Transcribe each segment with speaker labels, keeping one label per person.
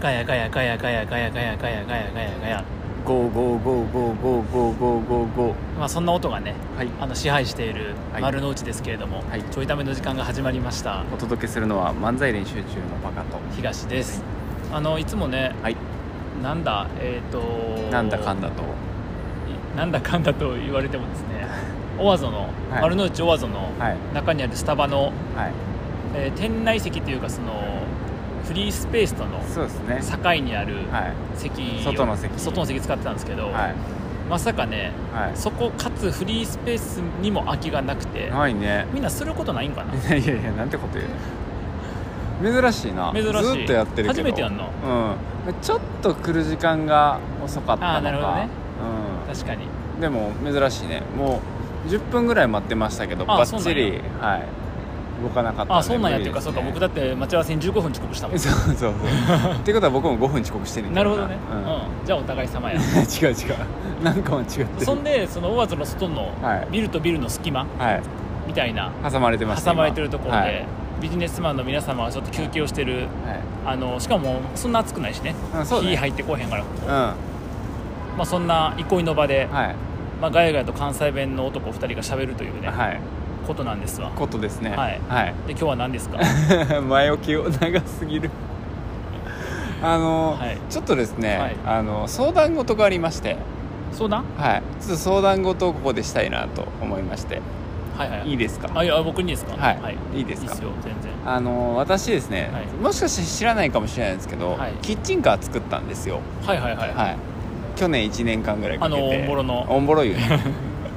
Speaker 1: ガヤガヤガヤガヤガヤガヤガヤガヤガヤガヤ
Speaker 2: ゴーゴーゴーゴーゴーゴーゴーゴーゴ
Speaker 1: まあそんな音がね
Speaker 2: ーはい
Speaker 1: あの支配している
Speaker 2: はい
Speaker 1: 丸の内ですけれども、
Speaker 2: はい
Speaker 1: ちょいための時間が始まりました
Speaker 2: お届けするのは漫才練習中のバカと
Speaker 1: 東です、い、あのいつもね
Speaker 2: はい
Speaker 1: なんだえっ、と
Speaker 2: なんだかんだと
Speaker 1: いなんだかんだと言われてもです ねオワゾの、
Speaker 2: はい
Speaker 1: 丸の内オワゾの
Speaker 2: はい
Speaker 1: 中にあるスタバの、
Speaker 2: はい
Speaker 1: えー店内席というかそのフリースペースとの
Speaker 2: そうですね
Speaker 1: 境にある
Speaker 2: はい
Speaker 1: 席を
Speaker 2: 外の席
Speaker 1: 外の席使ってたんですけど、
Speaker 2: はい
Speaker 1: まさかね
Speaker 2: は
Speaker 1: そこかつフリースペースにも空きがなくて、
Speaker 2: いないね
Speaker 1: みんなすることないんか な
Speaker 2: いやいやいやなんてこと言うの珍しいな
Speaker 1: 珍しい
Speaker 2: ずっとやってる
Speaker 1: 初
Speaker 2: けど
Speaker 1: めてやんの
Speaker 2: うんちょっと来る時間が遅かったのか
Speaker 1: あーなるほどね
Speaker 2: うん
Speaker 1: 確かに
Speaker 2: でも珍しいねもう10分ぐらい待ってましたけど
Speaker 1: あ
Speaker 2: ばっ
Speaker 1: そうなん
Speaker 2: ち
Speaker 1: や
Speaker 2: りはい動かなかった
Speaker 1: あそうなんやっていうか、そうか僕だ
Speaker 2: っ
Speaker 1: って待ち合わせに15分遅刻したもん
Speaker 2: そうそ うそうっていうことは僕も5分遅刻してるん
Speaker 1: な
Speaker 2: だ
Speaker 1: る
Speaker 2: よ
Speaker 1: ほどね、う
Speaker 2: うん
Speaker 1: んじゃあお互い 様や
Speaker 2: 違う違うなんかも違ってる
Speaker 1: そんでその大津の外の
Speaker 2: はい
Speaker 1: ビルとビルの隙間
Speaker 2: はい
Speaker 1: みたいな
Speaker 2: 挟まれてました
Speaker 1: 挟まれてるところで、
Speaker 2: はいはい
Speaker 1: ビジネスマンの皆様がちょっと休憩をしてるあのしかもそんな暑くないしね
Speaker 2: うんそうね
Speaker 1: 火入ってこうへんから、
Speaker 2: うんは
Speaker 1: まあ、そんな憩いの場で、
Speaker 2: い
Speaker 1: まあ、ガヤガヤと関西弁の男2人がしゃべるというね、
Speaker 2: はい
Speaker 1: ことなんですわ
Speaker 2: ことですね
Speaker 1: はい
Speaker 2: はい
Speaker 1: で今日は何ですか
Speaker 2: 前置きを長すぎるあの、
Speaker 1: はい
Speaker 2: ちょっとですね、
Speaker 1: はい
Speaker 2: あの相談事がありまして
Speaker 1: 相談
Speaker 2: はいちょっと相談事をここでしたいなと思いまして
Speaker 1: はいはい
Speaker 2: いいですか
Speaker 1: あいや僕にですか
Speaker 2: はい、い、いです
Speaker 1: いい
Speaker 2: か
Speaker 1: っすよ全然
Speaker 2: あの私ですね、
Speaker 1: はい
Speaker 2: もしかして知らないかもしれないですけど、
Speaker 1: はい
Speaker 2: キッチンカー作ったんですよ
Speaker 1: はいはいはい、
Speaker 2: はい去年1年間ぐらいかけ
Speaker 1: あ
Speaker 2: て
Speaker 1: のおんぼろの
Speaker 2: おんぼろ 湯ね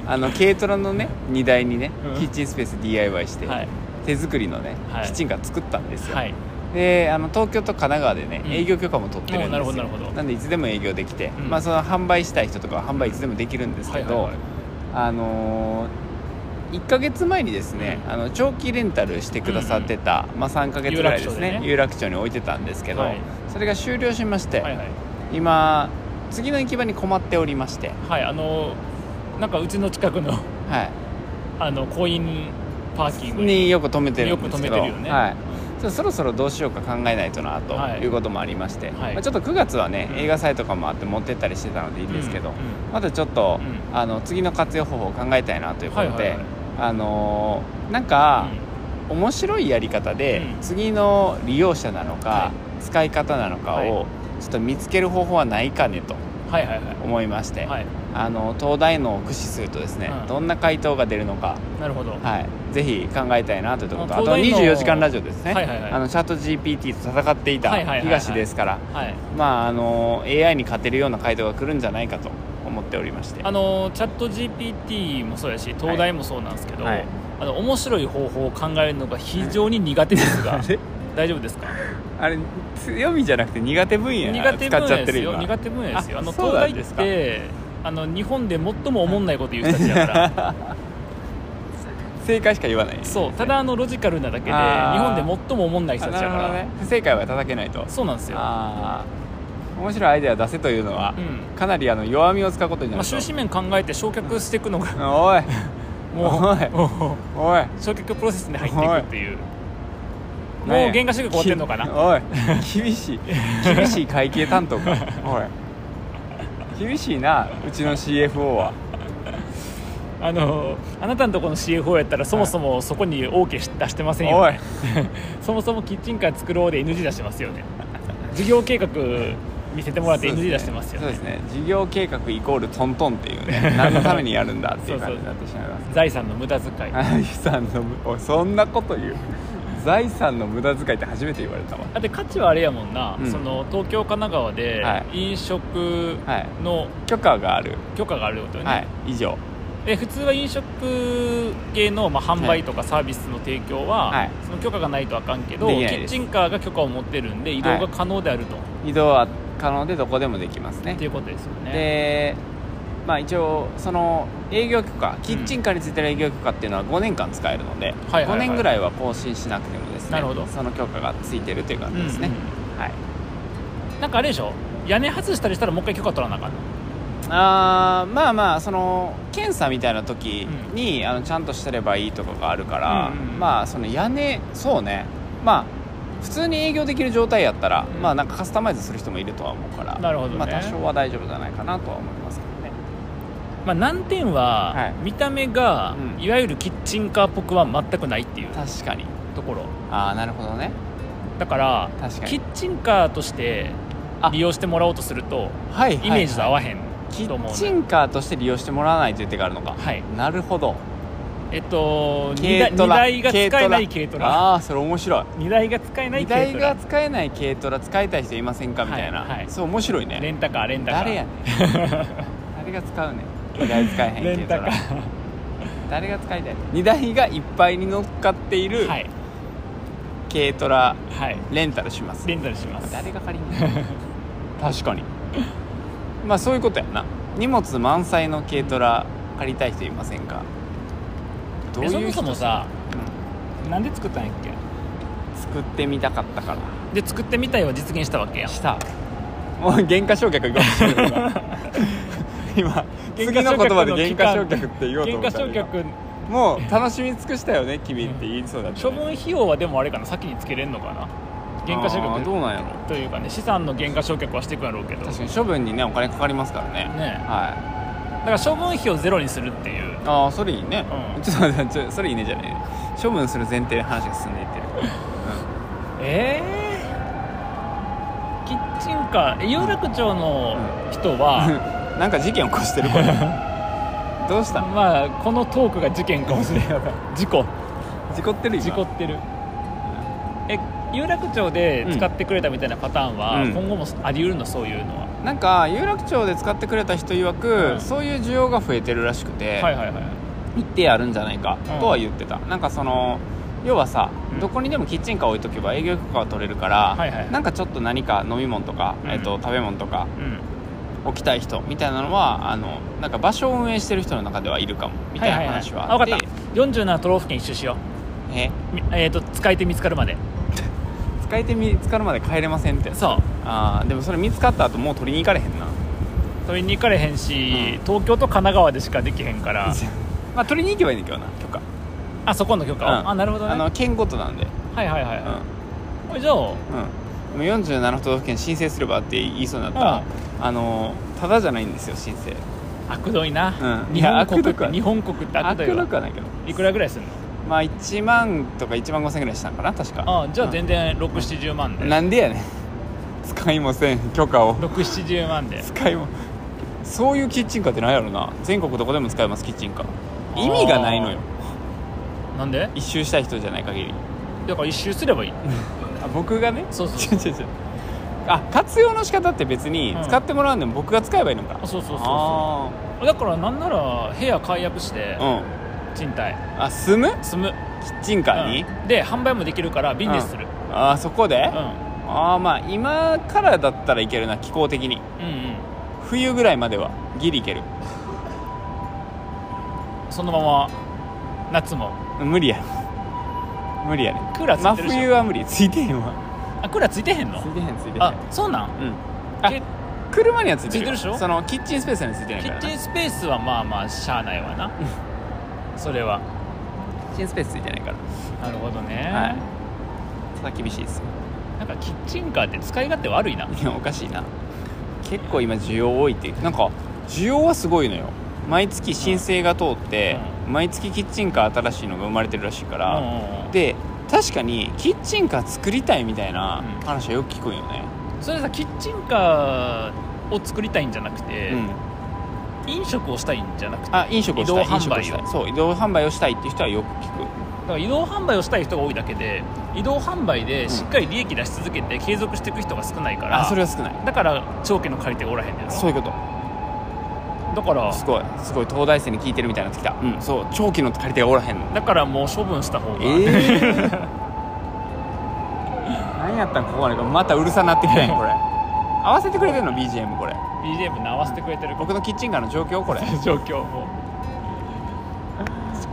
Speaker 2: あの軽トラのね荷台にね、
Speaker 1: うん
Speaker 2: キッチンスペース DIY して、
Speaker 1: はい
Speaker 2: 手作りのね、
Speaker 1: はい
Speaker 2: キッチンカー作ったんですよ、
Speaker 1: はい
Speaker 2: であの東京と神奈川でね、
Speaker 1: うん
Speaker 2: 営業許可も取ってるんですよ
Speaker 1: おなるほどなるほど
Speaker 2: んでいつでも営業できて、
Speaker 1: うん
Speaker 2: まあその販売したい人とかは販売いつでもできるんです
Speaker 1: は
Speaker 2: け
Speaker 1: い
Speaker 2: ど、
Speaker 1: はいはい
Speaker 2: あのー、1ヶ月前にですね、
Speaker 1: うん
Speaker 2: あの長期レンタルしてくださってた、まあ、3ヶ月ぐらいですね有楽
Speaker 1: 有楽町でね
Speaker 2: 町に置いてたんですけど、
Speaker 1: はい
Speaker 2: それが終了しまして、
Speaker 1: はいはい
Speaker 2: 今次の行き場に困っておりまして、
Speaker 1: はいあのなんかうちの近くの
Speaker 2: は
Speaker 1: あのコインパーキ
Speaker 2: い、
Speaker 1: ング
Speaker 2: によく止めてる
Speaker 1: よ
Speaker 2: ん
Speaker 1: く
Speaker 2: です
Speaker 1: 止
Speaker 2: け
Speaker 1: め
Speaker 2: ど
Speaker 1: てるよね、
Speaker 2: はい、ちょそろそろどうしようか考えないとなと
Speaker 1: はい
Speaker 2: いうこともありまして、
Speaker 1: はい
Speaker 2: まあ、ちょっと9月はね、
Speaker 1: うん
Speaker 2: 映画祭とかもあって持ってったりしてたのでいいんですけど、
Speaker 1: うん
Speaker 2: まだちょっと、
Speaker 1: う
Speaker 2: あの次の活用方法を考えたいなということで、
Speaker 1: はいはいはい
Speaker 2: あのーなんか、面白いやり方で、
Speaker 1: うん
Speaker 2: 次の利用者なのか、
Speaker 1: は
Speaker 2: 使い方なのか
Speaker 1: は
Speaker 2: をちょっと見つける方法はないかねと
Speaker 1: うんはいはいは
Speaker 2: 思いまして、
Speaker 1: いはい
Speaker 2: あの東大のを駆使するとですね、
Speaker 1: うん
Speaker 2: どんな回答が出るのか、
Speaker 1: なるほどは
Speaker 2: はい、ぜひ考えたいなというところとあ
Speaker 1: あ
Speaker 2: と
Speaker 1: 東大の
Speaker 2: 24時間ラジオですね、
Speaker 1: はいはいはい
Speaker 2: あのチャット GPT と戦っていた
Speaker 1: はいはいはいはい
Speaker 2: 東ですから、
Speaker 1: い
Speaker 2: まああの AI に勝てるような回答が来るんじゃないかと思っておりまして
Speaker 1: あのチャット GPT もそうやし東大もそうなんですけど、
Speaker 2: はい
Speaker 1: あの面白い方法を考えるのが非常に苦手ですが、
Speaker 2: あれ
Speaker 1: 大丈夫ですか
Speaker 2: あれ強みじゃなくて苦手分野
Speaker 1: 苦手分
Speaker 2: 使っちゃ
Speaker 1: 野
Speaker 2: って
Speaker 1: です
Speaker 2: る
Speaker 1: よ
Speaker 2: 今
Speaker 1: 苦手分野ですよ
Speaker 2: あ
Speaker 1: あの
Speaker 2: そう
Speaker 1: 東
Speaker 2: なん
Speaker 1: 大
Speaker 2: です
Speaker 1: っ
Speaker 2: か
Speaker 1: てあの日本で最もおもんないこと言う人たちだから
Speaker 2: 正解しか言わない
Speaker 1: そうただあのロジカルなだけで日
Speaker 2: あ
Speaker 1: 本
Speaker 2: ー
Speaker 1: で最もおもんない人
Speaker 2: あ
Speaker 1: たちだ
Speaker 2: な
Speaker 1: か
Speaker 2: るほ
Speaker 1: ら、
Speaker 2: どね不正解は叩けないと
Speaker 1: そうなんですよ、
Speaker 2: ああ面白いアイデア出せというのは
Speaker 1: う、ん
Speaker 2: かなりあの弱みを使うことにな
Speaker 1: まあ、
Speaker 2: ると、
Speaker 1: 終止面考えて焼却していくの が
Speaker 2: おい
Speaker 1: もう
Speaker 2: おい
Speaker 1: 焼却プロセスに入っていくっていう
Speaker 2: なん
Speaker 1: もう
Speaker 2: や
Speaker 1: 原価主義終わってんのかな
Speaker 2: き おい厳しい厳しい会計担当か おい厳しいなうちの CFO は
Speaker 1: あのあなたのところの CFO やったらそもそもそこに OK し出してません
Speaker 2: お
Speaker 1: よ、
Speaker 2: い
Speaker 1: ね、 そもそもキッチンカー作ろうで NG 出してますよね事業計画見せてもらって
Speaker 2: そうで
Speaker 1: NG
Speaker 2: すね
Speaker 1: 出してますよ
Speaker 2: そう
Speaker 1: ね
Speaker 2: ですね事業計画イコールトントンってい うね何のためにやるんだっていう感じになってしまいます
Speaker 1: 財産の無駄遣いだ
Speaker 2: 財産の無おいそんなこと言う財産の無駄遣いって初めて言われたわ
Speaker 1: って価値はあれやもんな、
Speaker 2: うん
Speaker 1: その東京神奈川で
Speaker 2: は
Speaker 1: 飲食
Speaker 2: はい
Speaker 1: の
Speaker 2: 許可がある
Speaker 1: 許可があることよね、
Speaker 2: はい以上
Speaker 1: で普通は飲食系の、まあ、販売とかサービスの提供は、
Speaker 2: はい
Speaker 1: その許可がないとあかんけどキ
Speaker 2: できない
Speaker 1: ッ
Speaker 2: です
Speaker 1: チンカーが許可を持ってるんで移動が可能であると、
Speaker 2: 移動は可能でどこでもできますね
Speaker 1: っていうことですよね
Speaker 2: でまあ一応その営業許可キッチンカーについてる営業許可っていうのは5年間使えるので、
Speaker 1: はいはいはい
Speaker 2: 5年ぐらいは更新しなくてもですね
Speaker 1: なるほど
Speaker 2: その許可がついてるという感じですね、
Speaker 1: うんうん
Speaker 2: はい
Speaker 1: なんかあれでしょ屋根外したりしたらもう一回許可取らなあかんの
Speaker 2: あーまあまあその検査みたいな時に、あのちゃんとしてればいいとかがあるから、
Speaker 1: うんうん
Speaker 2: まあその屋根そうねまあ普通に営業できる状態やったら、
Speaker 1: うん
Speaker 2: まあなんかカスタマイズする人もいるとは思うから
Speaker 1: なるほどね
Speaker 2: まあ、多少は大丈夫じゃないかなとは思いますけどね
Speaker 1: まあ、難点は、
Speaker 2: はい
Speaker 1: 見た目が、
Speaker 2: うん
Speaker 1: いわゆるキッチンカーっぽくは全くないっていう
Speaker 2: 確かに
Speaker 1: ところ
Speaker 2: ああなるほどね
Speaker 1: だから
Speaker 2: 確かに
Speaker 1: キッチンカーとして
Speaker 2: あ
Speaker 1: 利用してもらおうとすると
Speaker 2: はい
Speaker 1: イメージと合わ
Speaker 2: へん
Speaker 1: へん
Speaker 2: キ
Speaker 1: と思う
Speaker 2: ッ
Speaker 1: ね
Speaker 2: チンカーとして利用してもらわないという手があるのか
Speaker 1: はい
Speaker 2: なるほど
Speaker 1: えっと荷
Speaker 2: 軽
Speaker 1: 台
Speaker 2: ト
Speaker 1: 荷
Speaker 2: ラ
Speaker 1: 台が使えない軽トラ
Speaker 2: ああーそれ面白い
Speaker 1: 荷台が使えない
Speaker 2: 荷
Speaker 1: 軽
Speaker 2: 台
Speaker 1: ト
Speaker 2: が
Speaker 1: ラ
Speaker 2: 使えない軽トラ使いたい人いませんかみたいな、
Speaker 1: はいはい
Speaker 2: そう面白いね
Speaker 1: レンタカーレンタカー
Speaker 2: 誰やねん 誰が使うねん荷台使えへ
Speaker 1: レ
Speaker 2: ん
Speaker 1: ン
Speaker 2: 軽ト
Speaker 1: タカ
Speaker 2: ラ
Speaker 1: ー
Speaker 2: 誰が使いたいの荷台がいっぱいに乗っかっている
Speaker 1: はい
Speaker 2: 軽トラ
Speaker 1: はい
Speaker 2: レンタルします、
Speaker 1: レンタルします
Speaker 2: 誰が借りんの確かにまあそういうことやな荷物満載の軽トラ借りたい人いませんかどう
Speaker 1: え
Speaker 2: いう
Speaker 1: そ
Speaker 2: 人
Speaker 1: もそもさ
Speaker 2: う
Speaker 1: なんで作ったんやっけ
Speaker 2: ん作ってみたかったから
Speaker 1: で作ってみたいは実現したわけやん
Speaker 2: したもう原価償却行こうとしてる今今次の言葉で原価償却って言おうと思ったら
Speaker 1: 原価償却
Speaker 2: 今もう楽しみ尽くしたよね君って言いそうだった、ね、
Speaker 1: 処分費用はでもあれかな先につけれんのかな原価償
Speaker 2: あーど
Speaker 1: 却
Speaker 2: うなんやろ
Speaker 1: というかね資産の原価償却はしていくんやろうけど
Speaker 2: 確かに処分にねお金かかりますからね
Speaker 1: ね
Speaker 2: は
Speaker 1: だから処分費をゼロにするっていう
Speaker 2: いああそれいいね、
Speaker 1: うん
Speaker 2: ちょっと待ってちょそれいいねじゃない処分する前提で話が進んでいってる、
Speaker 1: えー、キッチンカー有楽町の人は、
Speaker 2: うん、 なんか事件起こしてるこれ どうしたの
Speaker 1: まあこのトークが事件かもしれない事故
Speaker 2: 事故ってる今
Speaker 1: 事故ってるえ有楽町で使ってくれたみたいなパターンは、
Speaker 2: うん
Speaker 1: 今後もあり得るのそういうのは、
Speaker 2: なんか有楽町で使ってくれた人曰く、
Speaker 1: うん
Speaker 2: そういう需要が増えてるらしくて、
Speaker 1: はいはいはい
Speaker 2: 一定あるんじゃないか
Speaker 1: うん
Speaker 2: とは言ってた、なんかその要はさ、
Speaker 1: うん
Speaker 2: どこにでもキッチンカー置いとけば営業許可は取れるから、
Speaker 1: はいはい
Speaker 2: なんかちょっと何か飲み物とか、
Speaker 1: うん
Speaker 2: えっと食べ物とか
Speaker 1: うん
Speaker 2: 置きたい人みたいなのはあのなんか場所を運営してる人の中ではいるかもみたいな話はあ
Speaker 1: い
Speaker 2: っ
Speaker 1: い
Speaker 2: て、
Speaker 1: い、あ分かった47都道府県一周しよ
Speaker 2: え
Speaker 1: うみえっ、と使い手見つかるまで
Speaker 2: 使い手見つかるまで帰れませんって
Speaker 1: そう
Speaker 2: あーでもそれ見つかった後もう取りに行かれへんな
Speaker 1: 取りに行かれへんし、東京と神奈川でしかできへんから
Speaker 2: まあ取りに行けばいいんだけどな許可、
Speaker 1: あそこの許可を、
Speaker 2: うん
Speaker 1: あなるほどね
Speaker 2: あの県ごとなんで
Speaker 1: はいはいはい、
Speaker 2: うん
Speaker 1: はいこれじゃあ
Speaker 2: うんでも47都道府県申請すればって言いそうになったら、あのただじゃないんですよ申請
Speaker 1: 悪どいな、
Speaker 2: うん
Speaker 1: 日
Speaker 2: いや
Speaker 1: 本国っ
Speaker 2: 悪毒
Speaker 1: て
Speaker 2: は
Speaker 1: 日本国って悪どい
Speaker 2: 悪
Speaker 1: わ
Speaker 2: くはないけど
Speaker 1: いくらぐらいすんの
Speaker 2: まあ1万とか1万5千ぐらいしたんかな確か
Speaker 1: あじゃあ
Speaker 2: うん
Speaker 1: 全然670万で、
Speaker 2: なんでやねん使いもせん許可を
Speaker 1: 670万で
Speaker 2: 使いもそういうキッチンカーってなんやろな全国どこでも使えますキッチンカー意味がないのよ
Speaker 1: なんで
Speaker 2: 一周したい人じゃない限り
Speaker 1: だから一周すればいい
Speaker 2: あ僕がね
Speaker 1: そうそう
Speaker 2: 違う違う違うあ活用の仕方って別に
Speaker 1: うん
Speaker 2: 使ってもらうんでも僕が使えばいいのか、
Speaker 1: あそうそうそうそ
Speaker 2: あ
Speaker 1: うだからなんなら部屋解約して
Speaker 2: あうん
Speaker 1: 賃貸
Speaker 2: あ住む
Speaker 1: 住む、
Speaker 2: キッチンカーに、
Speaker 1: うんで販売もできるからビジネスする、
Speaker 2: ああそこで、
Speaker 1: うん、うんうん
Speaker 2: ああまあ今からだったらいけるな気候的に冬ぐらいまではギリいける
Speaker 1: そのまま夏も
Speaker 2: 無理や無理やね
Speaker 1: クーラーつ
Speaker 2: 真
Speaker 1: いてるじゃん
Speaker 2: 冬は無理ついてへんわ
Speaker 1: あクーラーついてへんの
Speaker 2: ついてへんついてへん
Speaker 1: あそうなん
Speaker 2: うんあ
Speaker 1: け
Speaker 2: 車にはついてるよ
Speaker 1: ついてるでしょ
Speaker 2: そのキッチンスペースにはついてない
Speaker 1: キ
Speaker 2: から
Speaker 1: ッ
Speaker 2: な
Speaker 1: チンスペースはまあまあしゃあないわなそれは
Speaker 2: チンスペースついてないから、
Speaker 1: なるほどね、
Speaker 2: はいそれは厳しいです
Speaker 1: なんかキッチンカーって使い勝手悪いない
Speaker 2: や おかしいな結構今需要多いってなんか需要はすごいのよ毎月申請が通って、毎月キッチンカー新しいのが生まれてるらしいから、
Speaker 1: うん
Speaker 2: で確かにキッチンカー作りたいみたいな
Speaker 1: うん
Speaker 2: 話はよく聞くんよね、
Speaker 1: それさキッチンカーを作りたいんじゃなくて、
Speaker 2: うん、
Speaker 1: 飲食をしたいんじゃなくてだか
Speaker 2: あ飲食をしたい
Speaker 1: 移動販売を
Speaker 2: 飲食をしたいそう移動販売をしたいっていう人はよく聞く
Speaker 1: ら移動販売をしたい人が多いだけで移動販売でしっかり利益出し続けて継続していく人が少ないから、
Speaker 2: あそれは少ない
Speaker 1: だから長期の借り手がおらへんねやろ
Speaker 2: そういうこと
Speaker 1: だから
Speaker 2: すごいすごい東大生に聞いてるみたいになってきたうんそう長期の借り手がおらへんの
Speaker 1: だからもう処分した方が、
Speaker 2: ええ何やったんここまでまたうるさなってきたやんこれ合わせてくれてんの BGM これ
Speaker 1: BGM に合わせてくれてる
Speaker 2: 僕のキッチンカーの状況これ
Speaker 1: 状況も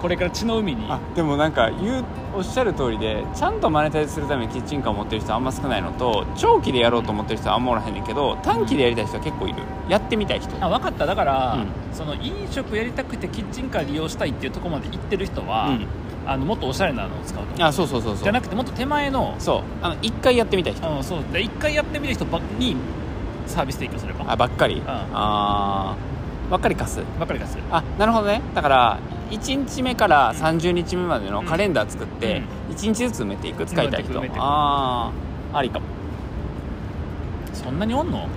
Speaker 1: これから血の海に
Speaker 2: あでもなんか言うおっしゃる通りでちゃんとマネタイズするためにキッチンカーを持ってる人はあんま少ないのと長期でやろうと思ってる人はあんまおらへんねんけど短期でやりたい人は結構いるやってみたい人
Speaker 1: あ分かっただから、
Speaker 2: うん
Speaker 1: その飲食やりたくてキッチンカー利用したいっていうところまで行ってる人は、
Speaker 2: うん
Speaker 1: あのもっとおしゃれなのを使うと
Speaker 2: あそうそうそうそう
Speaker 1: じゃなくてもっと手前の
Speaker 2: そうあの一回やってみたい人
Speaker 1: うんそうで一回やってみる人ばにサービス提供すれば
Speaker 2: あばっかり、
Speaker 1: ん
Speaker 2: あーばっかり貸す
Speaker 1: ばっかりがする
Speaker 2: あなるほどねだから1日目から30日目までのカレンダー作って1日ずつ埋めていく使いたい人
Speaker 1: 埋めていく埋めていく
Speaker 2: ああありかも
Speaker 1: そんなにおんの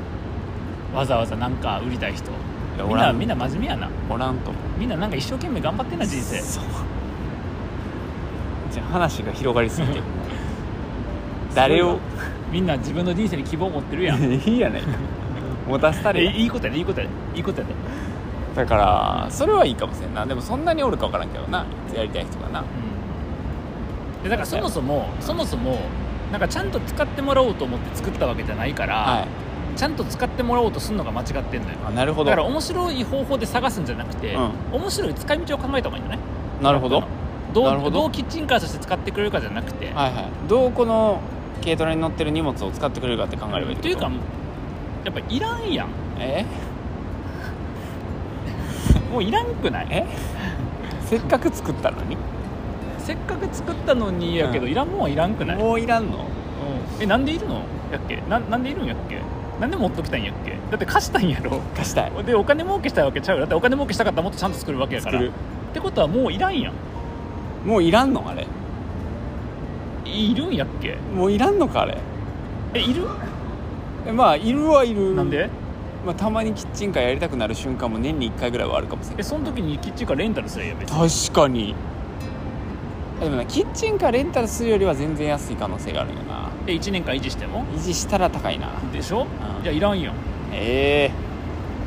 Speaker 1: わざわざなんか売りたい人
Speaker 2: いや
Speaker 1: みん
Speaker 2: おら
Speaker 1: なんみんな真面目やな
Speaker 2: おらんと思う
Speaker 1: みんななんか一生懸命頑張ってんな人生
Speaker 2: そうじゃあ話が広がり すぎて誰を
Speaker 1: みんな自分の人生に希望持ってるやん
Speaker 2: いいやないか持たせた
Speaker 1: え
Speaker 2: り
Speaker 1: いいことやでいいことやでいいことやで
Speaker 2: だからそれはいいかもしれんなでもそんなにおるか分からんけどなやりたい人がな
Speaker 1: うんでだからそもそもそもそもなんかちゃんと使ってもらおうと思って作ったわけじゃないから、
Speaker 2: はい
Speaker 1: ちゃんと使ってもらおうとするのが間違ってんのよ
Speaker 2: あなるほ
Speaker 1: だ
Speaker 2: ど
Speaker 1: から面白い方法で探すんじゃなくて、
Speaker 2: うん
Speaker 1: 面白い使い道を考えた方がいいんじゃない
Speaker 2: なるほど
Speaker 1: どう
Speaker 2: なる
Speaker 1: ど
Speaker 2: ほ
Speaker 1: う
Speaker 2: ど
Speaker 1: キッチンカーとして使ってくれるかじゃなくて、
Speaker 2: はいはいどうこの軽トラに乗ってる荷物を使ってくれるかって考えればいいっ
Speaker 1: と
Speaker 2: て
Speaker 1: いう
Speaker 2: こ
Speaker 1: かやっぱいらんやん
Speaker 2: え
Speaker 1: もういらんくない
Speaker 2: えせっかく作ったのに
Speaker 1: せっかく作ったのにやけど、
Speaker 2: うん
Speaker 1: いらんもんはいらんくない、
Speaker 2: もういらんの
Speaker 1: うんえなんでいるのやっけななんでいるんやっけなんで持っときたいんやっけだって貸したんやろ
Speaker 2: 貸したい
Speaker 1: でお金儲けしたいわけちゃうよだってお金儲けしたかったらもっとちゃんと作るわけやか
Speaker 2: 作
Speaker 1: らっ
Speaker 2: る
Speaker 1: てことはもういらんやん
Speaker 2: もういらんのあれ
Speaker 1: いるんやっけ
Speaker 2: もういらんのかあれ
Speaker 1: えいる、
Speaker 2: えまあいるはいる
Speaker 1: なんで
Speaker 2: まあ、たまにキッチンカーやりたくなる瞬間も年に1回ぐらいはあるかもしれな
Speaker 1: え
Speaker 2: い
Speaker 1: その時にキッチンカーレンタルすればいいや別に
Speaker 2: 確かにあでもなキッチンカーレンタルするよりは全然安い可能性があるよな
Speaker 1: で1年間維持しても
Speaker 2: 維持したら高いな
Speaker 1: でしょ
Speaker 2: うん
Speaker 1: じゃあいらんやん
Speaker 2: え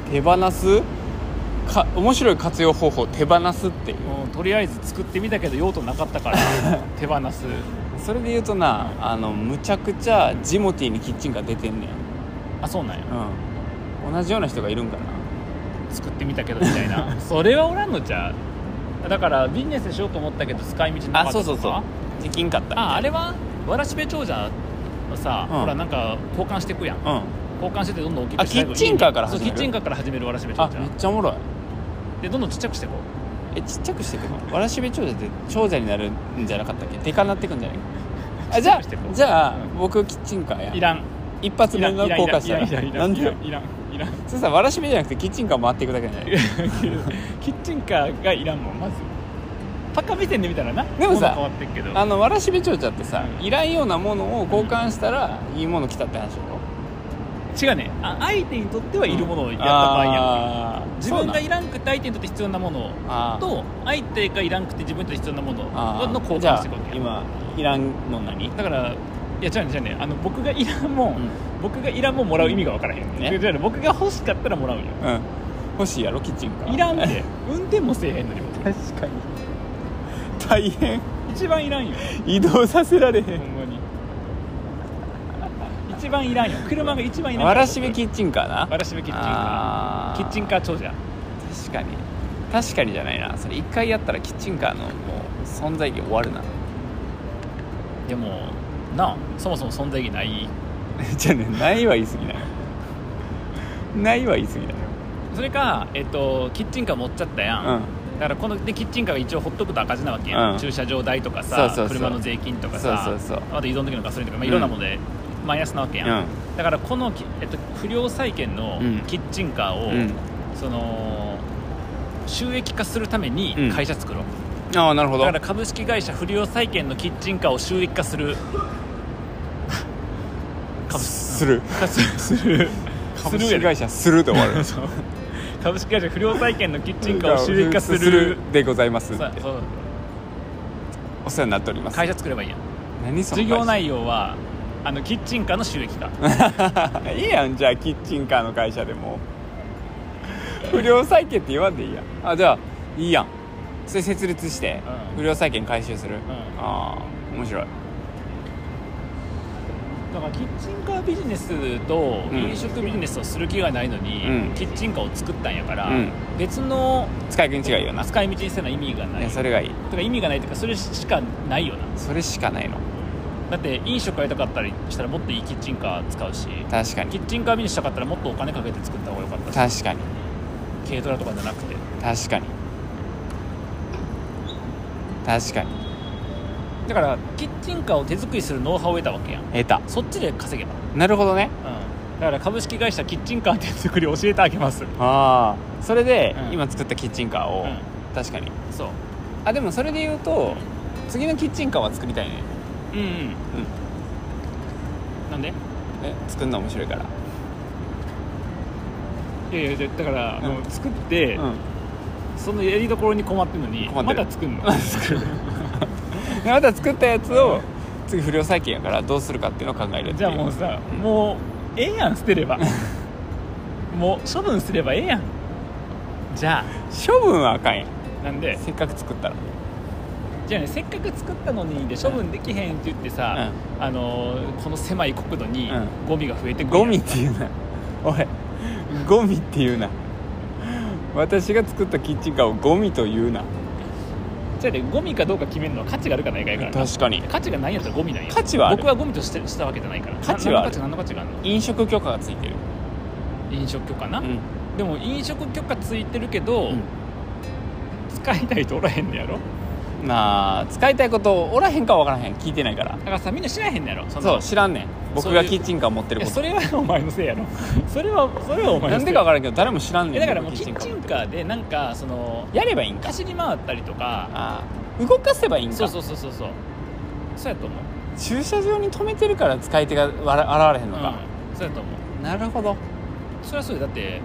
Speaker 2: え手放すか面白い活用方法手放すっていう
Speaker 1: もうとりあえず作ってみたけど用途なかったから手放す
Speaker 2: それで言うとなあのむちゃくちゃジモティーにキッチンカー出てんねん
Speaker 1: あそうなんや
Speaker 2: うん同じような人がいるんかな
Speaker 1: 作ってみたけどみたいな それはおらんのじゃうだからビジネスしようと思ったけど使い道なかったとか
Speaker 2: できんかったみたいな
Speaker 1: ああれはわらしべ長者のさ、
Speaker 2: うん
Speaker 1: ほらなんか交換していくやん
Speaker 2: うん
Speaker 1: 交換しててどんどん大きくして
Speaker 2: あキッチンカーから
Speaker 1: そうキ
Speaker 2: 始め
Speaker 1: ッ
Speaker 2: る
Speaker 1: チンカーから始めるわらしべ長
Speaker 2: あ
Speaker 1: 者
Speaker 2: めっちゃおもろい
Speaker 1: でどんどんちっちゃくしていこ
Speaker 2: えちっちゃくしていくのわらしべ長者って長者になるんじゃなかったっけでかなっていくんじゃない あじゃ
Speaker 1: ちっちゃくしていこ
Speaker 2: あ
Speaker 1: う
Speaker 2: じゃあ、
Speaker 1: うん
Speaker 2: 僕キッチンカーや
Speaker 1: ういらん
Speaker 2: 一発
Speaker 1: いら
Speaker 2: 目
Speaker 1: んい
Speaker 2: の
Speaker 1: らんい
Speaker 2: 交
Speaker 1: ら
Speaker 2: 換
Speaker 1: ん
Speaker 2: し
Speaker 1: い
Speaker 2: た
Speaker 1: ら
Speaker 2: ら
Speaker 1: んいらんい
Speaker 2: な
Speaker 1: らん
Speaker 2: ん
Speaker 1: い
Speaker 2: で
Speaker 1: ら
Speaker 2: よ
Speaker 1: んいらんいらん
Speaker 2: それさわらしべじゃなくてキッチンカー回っていくだけじゃない
Speaker 1: キッチンカーがいらんもんまずパカ目線で見たらな
Speaker 2: でも
Speaker 1: 物
Speaker 2: さ
Speaker 1: 変わってっけど
Speaker 2: あのわらしべ長者ってさ、
Speaker 1: うん
Speaker 2: いらんようなものを交換したら、いいもの来たって話だろ
Speaker 1: 違うねあ相手にとってはいるものをやった場合やん、
Speaker 2: あー
Speaker 1: 自分が
Speaker 2: そうなん
Speaker 1: いらんくて相手にとって必要なもの
Speaker 2: あー
Speaker 1: と相手がいらんくて自分にとって必要なもの
Speaker 2: あー
Speaker 1: の交
Speaker 2: じゃ
Speaker 1: 換
Speaker 2: あ
Speaker 1: していくわけ
Speaker 2: 今いらんの何
Speaker 1: だからいや違うね違うねあの僕がいらんもん、
Speaker 2: うん
Speaker 1: 僕がいらんもんもらう意味が分からへんね
Speaker 2: ね
Speaker 1: じゃあね僕が欲しかったらもらうよ
Speaker 2: うん欲しいやろキッチンカー
Speaker 1: いらんで運転もせえへんのに僕
Speaker 2: 確かに大変
Speaker 1: 一番いらんよ
Speaker 2: 移動させられへ
Speaker 1: ほ
Speaker 2: ん
Speaker 1: んまに一番いらんよ車が一番いらんよ
Speaker 2: わらしべキッチンカーな
Speaker 1: わらしべキッチンカ
Speaker 2: あ
Speaker 1: ー
Speaker 2: ー
Speaker 1: キッチンカー長者
Speaker 2: 確かに確かにじゃないなそれ一回やったらキッチンカーのもう存在意義終わるな
Speaker 1: でもなあそもそも存在意義ない
Speaker 2: じゃあねないは言い過ぎだよないは言い過ぎだよ
Speaker 1: それか、えっと、キッチンカー持っちゃったやん、
Speaker 2: うん
Speaker 1: だからこのでキッチンカーが一応ほっとくと赤字なわけやん、
Speaker 2: うん
Speaker 1: 駐車場代とかさ
Speaker 2: そうそうそう
Speaker 1: 車の税金とかさ
Speaker 2: そうそうそう
Speaker 1: あと依存的のガソリンとか、まあ、
Speaker 2: うん
Speaker 1: いろんなものでマイナスなわけやん、
Speaker 2: うん
Speaker 1: だからこのき、えっと、不良債権の
Speaker 2: うん
Speaker 1: キッチンカーを、
Speaker 2: うん
Speaker 1: その収益化するため
Speaker 2: う
Speaker 1: に
Speaker 2: ん
Speaker 1: 会社作ろう、
Speaker 2: ああなるほ
Speaker 1: だ
Speaker 2: ど
Speaker 1: から株式会社不良債権のキッチンカーを収益化す る株式
Speaker 2: する
Speaker 1: 化するす
Speaker 2: 株
Speaker 1: るや
Speaker 2: 式
Speaker 1: ろ
Speaker 2: 会社するで終わる
Speaker 1: そう株式会社不良債権 のキッチンカーを収益化する
Speaker 2: でございます
Speaker 1: そうそう
Speaker 2: お世話になっております
Speaker 1: 会社作ればいいやん
Speaker 2: 何その
Speaker 1: 事業
Speaker 2: 会
Speaker 1: 内容はあのキッチンカーの収益化
Speaker 2: 社 いいやんじゃあキッチンカーの会社でも不良債権って言わんでいいやんあじゃあいいやんそれ設立して、
Speaker 1: うん
Speaker 2: 不良債権回収する、ああ面白い
Speaker 1: だからキッチンカービジネスと
Speaker 2: うん
Speaker 1: 飲食ビジネスをする気がないのに、
Speaker 2: うん
Speaker 1: キッチンカーを作ったんやから、
Speaker 2: うん
Speaker 1: 別の
Speaker 2: 使い分違いよな
Speaker 1: 使い道にせな意味がないい
Speaker 2: や
Speaker 1: と
Speaker 2: それがいい
Speaker 1: か意味がないというかそれしかないよな
Speaker 2: それしかないの
Speaker 1: だって飲食やりたかったりしたらもっといいキッチンカー使うし
Speaker 2: 確か
Speaker 1: キッ
Speaker 2: に
Speaker 1: チンカービジネスしたかったらもっとお金かけて作った方が良かったし
Speaker 2: 確かに
Speaker 1: 軽トラとかじゃなくて
Speaker 2: 確かに確かに
Speaker 1: だからキッチンカーを手作りするノウハウを得たわけやん
Speaker 2: 得た
Speaker 1: そっちで稼げば、うん、
Speaker 2: なるほどね
Speaker 1: だから株式会社キッチンカー手作り教えてあげます
Speaker 2: ああそれで、
Speaker 1: うん
Speaker 2: 今作ったキッチンカーを、確かに
Speaker 1: そう
Speaker 2: あでもそれで言うと次のキッチンカーは作りたいね
Speaker 1: うんうんなんで
Speaker 2: え作るの面白いから
Speaker 1: いやいやじゃだから、あの
Speaker 2: うん
Speaker 1: 作って、
Speaker 2: うん
Speaker 1: そのやりどころに困ってるのに
Speaker 2: 困っ
Speaker 1: ま
Speaker 2: てる
Speaker 1: だ 作んの
Speaker 2: でまた作ったやつを次不良債権やからどうするかっていうのを考えるってい
Speaker 1: じゃあもうさ、もうええやん捨てれ ばもう処分すればええやんじゃ
Speaker 2: 処分はあかんやん
Speaker 1: あなんで
Speaker 2: せっかく作ったら
Speaker 1: じゃあねせっかく作ったのにで処分できへんって言ってさ、あのーこの狭い国土に
Speaker 2: う
Speaker 1: ゴミが増えてくるや
Speaker 2: ゴ
Speaker 1: ん
Speaker 2: ミっていうなおいゴミっていうな私が作ったキッチンカーをゴミと言うな
Speaker 1: じゃあねゴミかどうか決めるのは価値があるかないかやからな
Speaker 2: 確かに
Speaker 1: 価値がないやったらゴミなんや
Speaker 2: 価値はある
Speaker 1: 僕はゴミとしてしたわけじゃないから
Speaker 2: 価値はある
Speaker 1: な何の価値何の価値がある
Speaker 2: 飲食許可がついてる
Speaker 1: の飲食許可な、
Speaker 2: うん
Speaker 1: でも飲食許可ついてるけど、
Speaker 2: うん
Speaker 1: 使いたいとおらへんのやろ
Speaker 2: まあ使いたいことおらへんかわからへん聞いてないから
Speaker 1: だからさみんな知らへんのやろそ
Speaker 2: そ
Speaker 1: の
Speaker 2: う知らんねん僕
Speaker 1: そう
Speaker 2: が
Speaker 1: いう
Speaker 2: キッチンカー持って
Speaker 1: い
Speaker 2: る
Speaker 1: や
Speaker 2: こ
Speaker 1: そ
Speaker 2: と
Speaker 1: れはお前のせいや ろそれはそれはお前
Speaker 2: な
Speaker 1: の
Speaker 2: ん
Speaker 1: せ
Speaker 2: で
Speaker 1: い
Speaker 2: かわからんけど誰も知らんね
Speaker 1: え
Speaker 2: ん
Speaker 1: だからもうキッ
Speaker 2: 僕
Speaker 1: チ
Speaker 2: 持
Speaker 1: ン
Speaker 2: って
Speaker 1: カーでなんかその
Speaker 2: るやればいいんか
Speaker 1: 走り回ったりとか
Speaker 2: ああ動かせばいいんか
Speaker 1: そうそうそうそうそうそうやと思う
Speaker 2: 駐車場に止めてるから使い手がわら現れへんのか、
Speaker 1: うん、そうやと思う
Speaker 2: なるほど
Speaker 1: それはそうよだって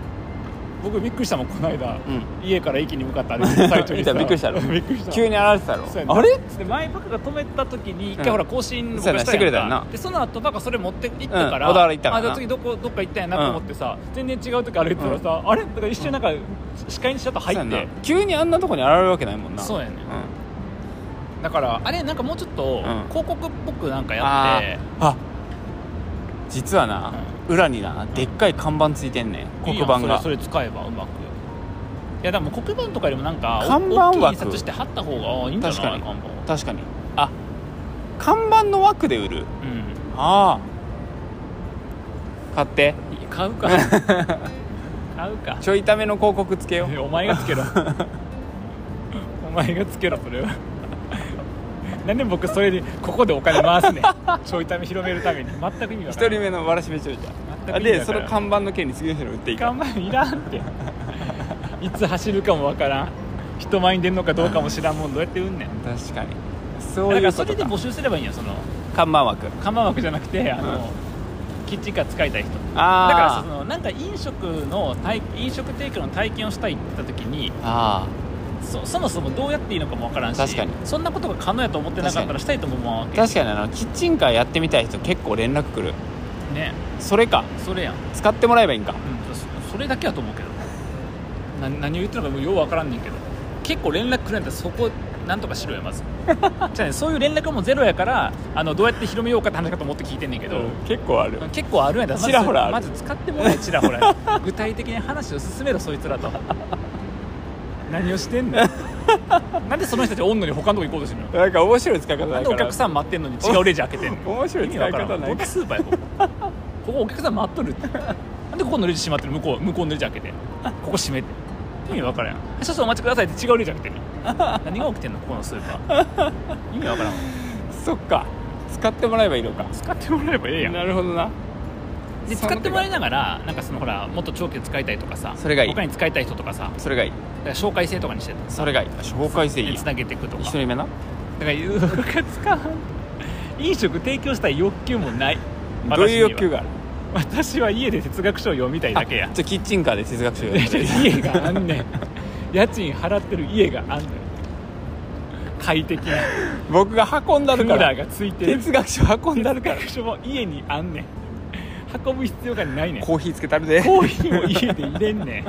Speaker 1: 僕びっくりしたもんこの間、
Speaker 2: う
Speaker 1: 家から駅に向かって歩いてる最中 にさ
Speaker 2: 見たびっくりした ろ
Speaker 1: びっくりした
Speaker 2: 急に現れてたろ
Speaker 1: そうやな
Speaker 2: あれ
Speaker 1: で前パクが止めた時に一
Speaker 2: う
Speaker 1: 回
Speaker 2: ん
Speaker 1: ほら更新僕
Speaker 2: そうや
Speaker 1: がし
Speaker 2: な
Speaker 1: た
Speaker 2: してく
Speaker 1: や
Speaker 2: れ
Speaker 1: ん
Speaker 2: たよ
Speaker 1: か
Speaker 2: な
Speaker 1: でその後パクそれ持って行ったから、
Speaker 2: うん小田原行ったから
Speaker 1: あじ
Speaker 2: な
Speaker 1: ゃあ次どこどっか行ったんやなと思ってさ、全然違う時歩いてたらさ、あれだから一瞬なんか視界にちょっと入
Speaker 2: そう
Speaker 1: っ
Speaker 2: や
Speaker 1: て
Speaker 2: な急にあんなとこに現れるわけないもんな
Speaker 1: そうやね
Speaker 2: うん
Speaker 1: んだからあれなんかもうちょっと
Speaker 2: ん
Speaker 1: 広告っぽくなんかや
Speaker 2: あ
Speaker 1: って、
Speaker 2: ああ実はな、裏になでっかい看板ついてんねん黒
Speaker 1: いいやん
Speaker 2: 板が
Speaker 1: それそれ使えばうまくいやでも黒板とかよりもなんか
Speaker 2: 看板
Speaker 1: 大きい
Speaker 2: 枠
Speaker 1: 印刷して貼った方がいいんじゃない
Speaker 2: 確かに
Speaker 1: 看板
Speaker 2: 確かにあ看板の枠で売る
Speaker 1: う
Speaker 2: ああ買って
Speaker 1: んいや買う か買うか
Speaker 2: ちょいための広告つけよ
Speaker 1: いうやお前がつ けろお前がつけろそれはなんで僕それでここでお金回す ねんちょいため広めるために全く意味わ
Speaker 2: 一
Speaker 1: から
Speaker 2: 人
Speaker 1: ない
Speaker 2: 目のわらしめちょいち
Speaker 1: 全
Speaker 2: ゃ
Speaker 1: く
Speaker 2: ん
Speaker 1: 意味わからん
Speaker 2: でその看板の件に次の人に売っていいか
Speaker 1: 看板いらんっていつ走るかもわからん人前に出んのかどうかも知らんもんどうやって売んねん
Speaker 2: 確かにそ
Speaker 1: だ
Speaker 2: う
Speaker 1: か
Speaker 2: いう
Speaker 1: ら
Speaker 2: こ
Speaker 1: それ
Speaker 2: と
Speaker 1: で
Speaker 2: か
Speaker 1: 募集すればいいんやその
Speaker 2: 看板枠
Speaker 1: 看板枠じゃなくてあの、キッチンカー使いたい人だから
Speaker 2: あ
Speaker 1: そのなんか飲食の体飲食提供の体験をしたいって言った時に
Speaker 2: ああ
Speaker 1: そそもそもどうやっていいのかもわからんし
Speaker 2: 確かに
Speaker 1: そんなことが可能やと思ってなかった
Speaker 2: 確から
Speaker 1: したいとも思うわ
Speaker 2: あ
Speaker 1: け
Speaker 2: 確かにあのキッチンカーやってみたい人結構連絡来る
Speaker 1: ね
Speaker 2: それか
Speaker 1: それやん、うん、
Speaker 2: 使ってもらえばいいんか
Speaker 1: そそれだけやと思うけどな何を言ってるのかもうようわからんねんけど結構連絡くれんだったらそこなんとかしろよまず じゃあねそういう連絡もゼロやからあのどうやって広めようかって話かと思って聞いてんねんけど、
Speaker 2: 結構ある
Speaker 1: 結構あるんやだ
Speaker 2: ちらほらある
Speaker 1: まずまず使ってもら えちらほら具体的に話を進めろそいつ らと何をしてんのなんでその人たちおんのに他のとこ行こうとしてんの
Speaker 2: なんか面白い使い方
Speaker 1: な
Speaker 2: だ
Speaker 1: ん
Speaker 2: か
Speaker 1: で
Speaker 2: ら
Speaker 1: お客さん待ってんのに違うレジ開けてんの
Speaker 2: 面白い
Speaker 1: 意味
Speaker 2: 使
Speaker 1: わ
Speaker 2: い
Speaker 1: から
Speaker 2: 方
Speaker 1: ん
Speaker 2: な
Speaker 1: こ
Speaker 2: い
Speaker 1: こ
Speaker 2: か
Speaker 1: スーパーやここここお客さん待っとるってなんでここのレジ閉まってる向こう向こうのレジ開けてここ閉めて意味わからん少々お待ちくださいって違うレジ開けてんの何が起きてんのここのスーパー意味わからん
Speaker 2: そっか使ってもらえばいいのか
Speaker 1: 使ってもらえばええやん
Speaker 2: なるほどな
Speaker 1: で
Speaker 2: そ
Speaker 1: 使
Speaker 2: の
Speaker 1: っ
Speaker 2: 手が
Speaker 1: てもらいながらなんかそのほらもっと長期で使いたいとかさ
Speaker 2: それがいい
Speaker 1: 他に使いたい人とかさ
Speaker 2: それがいい
Speaker 1: だから紹介制とかにして
Speaker 2: それがいい紹介制いい
Speaker 1: つなげていくとか
Speaker 2: 一
Speaker 1: だ
Speaker 2: 人目な
Speaker 1: から有効活か 飲食提供したい欲求もない
Speaker 2: どういう欲求
Speaker 1: が
Speaker 2: がある
Speaker 1: 私は家で哲学書を読みたいだけや
Speaker 2: あじゃあキッチンカーで哲学書読んでる
Speaker 1: 家があんねん家賃払ってる家があんねん快適な
Speaker 2: 僕が運んだ
Speaker 1: ク
Speaker 2: る
Speaker 1: ー
Speaker 2: か
Speaker 1: ラ
Speaker 2: ら
Speaker 1: ーがついてる
Speaker 2: 哲学書運んだる
Speaker 1: 哲
Speaker 2: から
Speaker 1: 学書も家にあんねん運ぶ必要がないねん
Speaker 2: コーヒーつけたるで
Speaker 1: コーヒーも家で入れんねん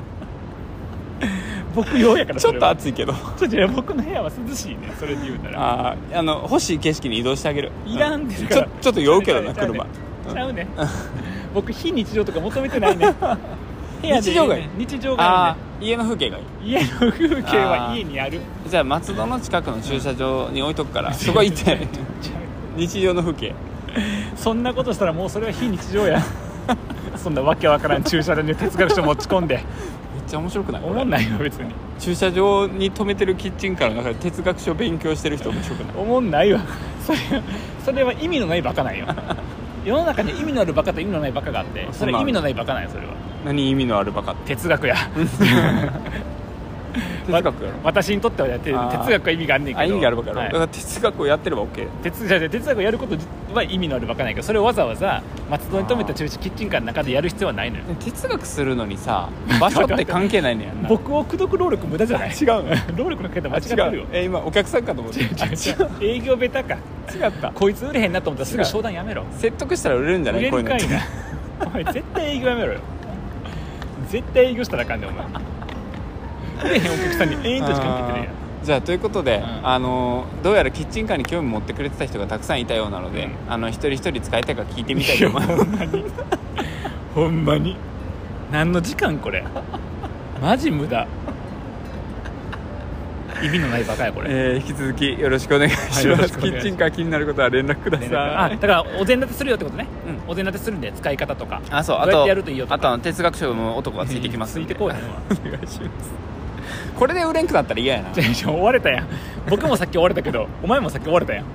Speaker 1: 僕用やから
Speaker 2: ち
Speaker 1: そ
Speaker 2: ょっ
Speaker 1: れ
Speaker 2: と
Speaker 1: は
Speaker 2: 暑いけど
Speaker 1: ちょっといや僕の部屋は涼しいねそれで言うたら
Speaker 2: あーあの欲しい景色に移動してあげる
Speaker 1: いらんでる
Speaker 2: ち
Speaker 1: か
Speaker 2: ょ
Speaker 1: ら
Speaker 2: ちょっと酔うけどな
Speaker 1: ちゃうね
Speaker 2: 車
Speaker 1: ちゃうね僕非日常とか求めてないね 部屋でいいね
Speaker 2: 日常がいい
Speaker 1: 日常がい
Speaker 2: あ
Speaker 1: いね
Speaker 2: あ家の風景がいい
Speaker 1: 家の風景は家にある
Speaker 2: じゃあ松戸の近くの駐車場に置いと くからそこ行って日常の風景
Speaker 1: そんなことしたらもうそれは非日常やそんなわけわからん駐車場に哲学書持ち込んで
Speaker 2: めっちゃ面白くないこ
Speaker 1: 思
Speaker 2: れ
Speaker 1: んないよ別に
Speaker 2: 駐車場に止めてるキッチンカーの中で哲学書勉強してる人面白くない
Speaker 1: 思んないわ それそれは意味のないバカなんよ 世の中に意味のあるバカと意味のないバカがあってそれは意味のないバカなんよそれは
Speaker 2: 何意味のあるバカって
Speaker 1: 哲学や
Speaker 2: 哲学やろ
Speaker 1: 私にとってはやって
Speaker 2: あー
Speaker 1: 哲学は意味があんねんけど
Speaker 2: あ意味があるバカやろ、
Speaker 1: はい
Speaker 2: だから哲学をやってれば OK
Speaker 1: 哲じゃあじゃあ哲学をやることは意味のあるバカなんやけどそれをわざわざ松戸に止めた中止キッチンカーの中でやる必要はないのよ
Speaker 2: 哲学するの にさ場所って関係ないねやんな
Speaker 1: 僕を口説く労力無駄じゃない
Speaker 2: 違うの
Speaker 1: 労力のかけ方間違って
Speaker 2: あ
Speaker 1: る
Speaker 2: 違
Speaker 1: よ
Speaker 2: うえ今お客さんかと思って
Speaker 1: 違う違う違う営業ベタか
Speaker 2: 違った
Speaker 1: こいつ売れへんなと思ったらすぐ商談やめろ
Speaker 2: 説得したら売れるんじゃな
Speaker 1: 売
Speaker 2: い
Speaker 1: れるか
Speaker 2: こう
Speaker 1: い
Speaker 2: いうの
Speaker 1: な
Speaker 2: って
Speaker 1: お前絶対営業やめろよ絶対営業したらあかんねんお前売れへんお客さんに永遠と時間かけてるやん
Speaker 2: あーじゃあということで、
Speaker 1: ん
Speaker 2: あのーどうやらキッチンカーに興味持ってくれてた人がたくさんいたようなので、
Speaker 1: う
Speaker 2: あの一人一人使いたいから聞いてみたい
Speaker 1: い
Speaker 2: と
Speaker 1: や
Speaker 2: 思
Speaker 1: ほ
Speaker 2: います
Speaker 1: んまにほんまに何の時間これマジ無駄意味のないバカやこれ、
Speaker 2: えー引き続きよろしくお願いしま
Speaker 1: はい
Speaker 2: す、
Speaker 1: よろしくお
Speaker 2: キ
Speaker 1: 願いし
Speaker 2: ッ
Speaker 1: ます
Speaker 2: チンカー気になることは連絡ください
Speaker 1: 連絡あだからお膳立てするよってことね、
Speaker 2: う
Speaker 1: お膳立てするんで使い方とか
Speaker 2: あそうあ
Speaker 1: どうやっ
Speaker 2: と
Speaker 1: てやるといいよとか
Speaker 2: あとあの哲学書の男がついてきます
Speaker 1: つ
Speaker 2: ん
Speaker 1: い
Speaker 2: で
Speaker 1: てこうやん
Speaker 2: お願いしますこれで売れんくなったら嫌やな
Speaker 1: じゃあじゃあ追われたやん僕もさっき追われたけどお前もさっき追われたやん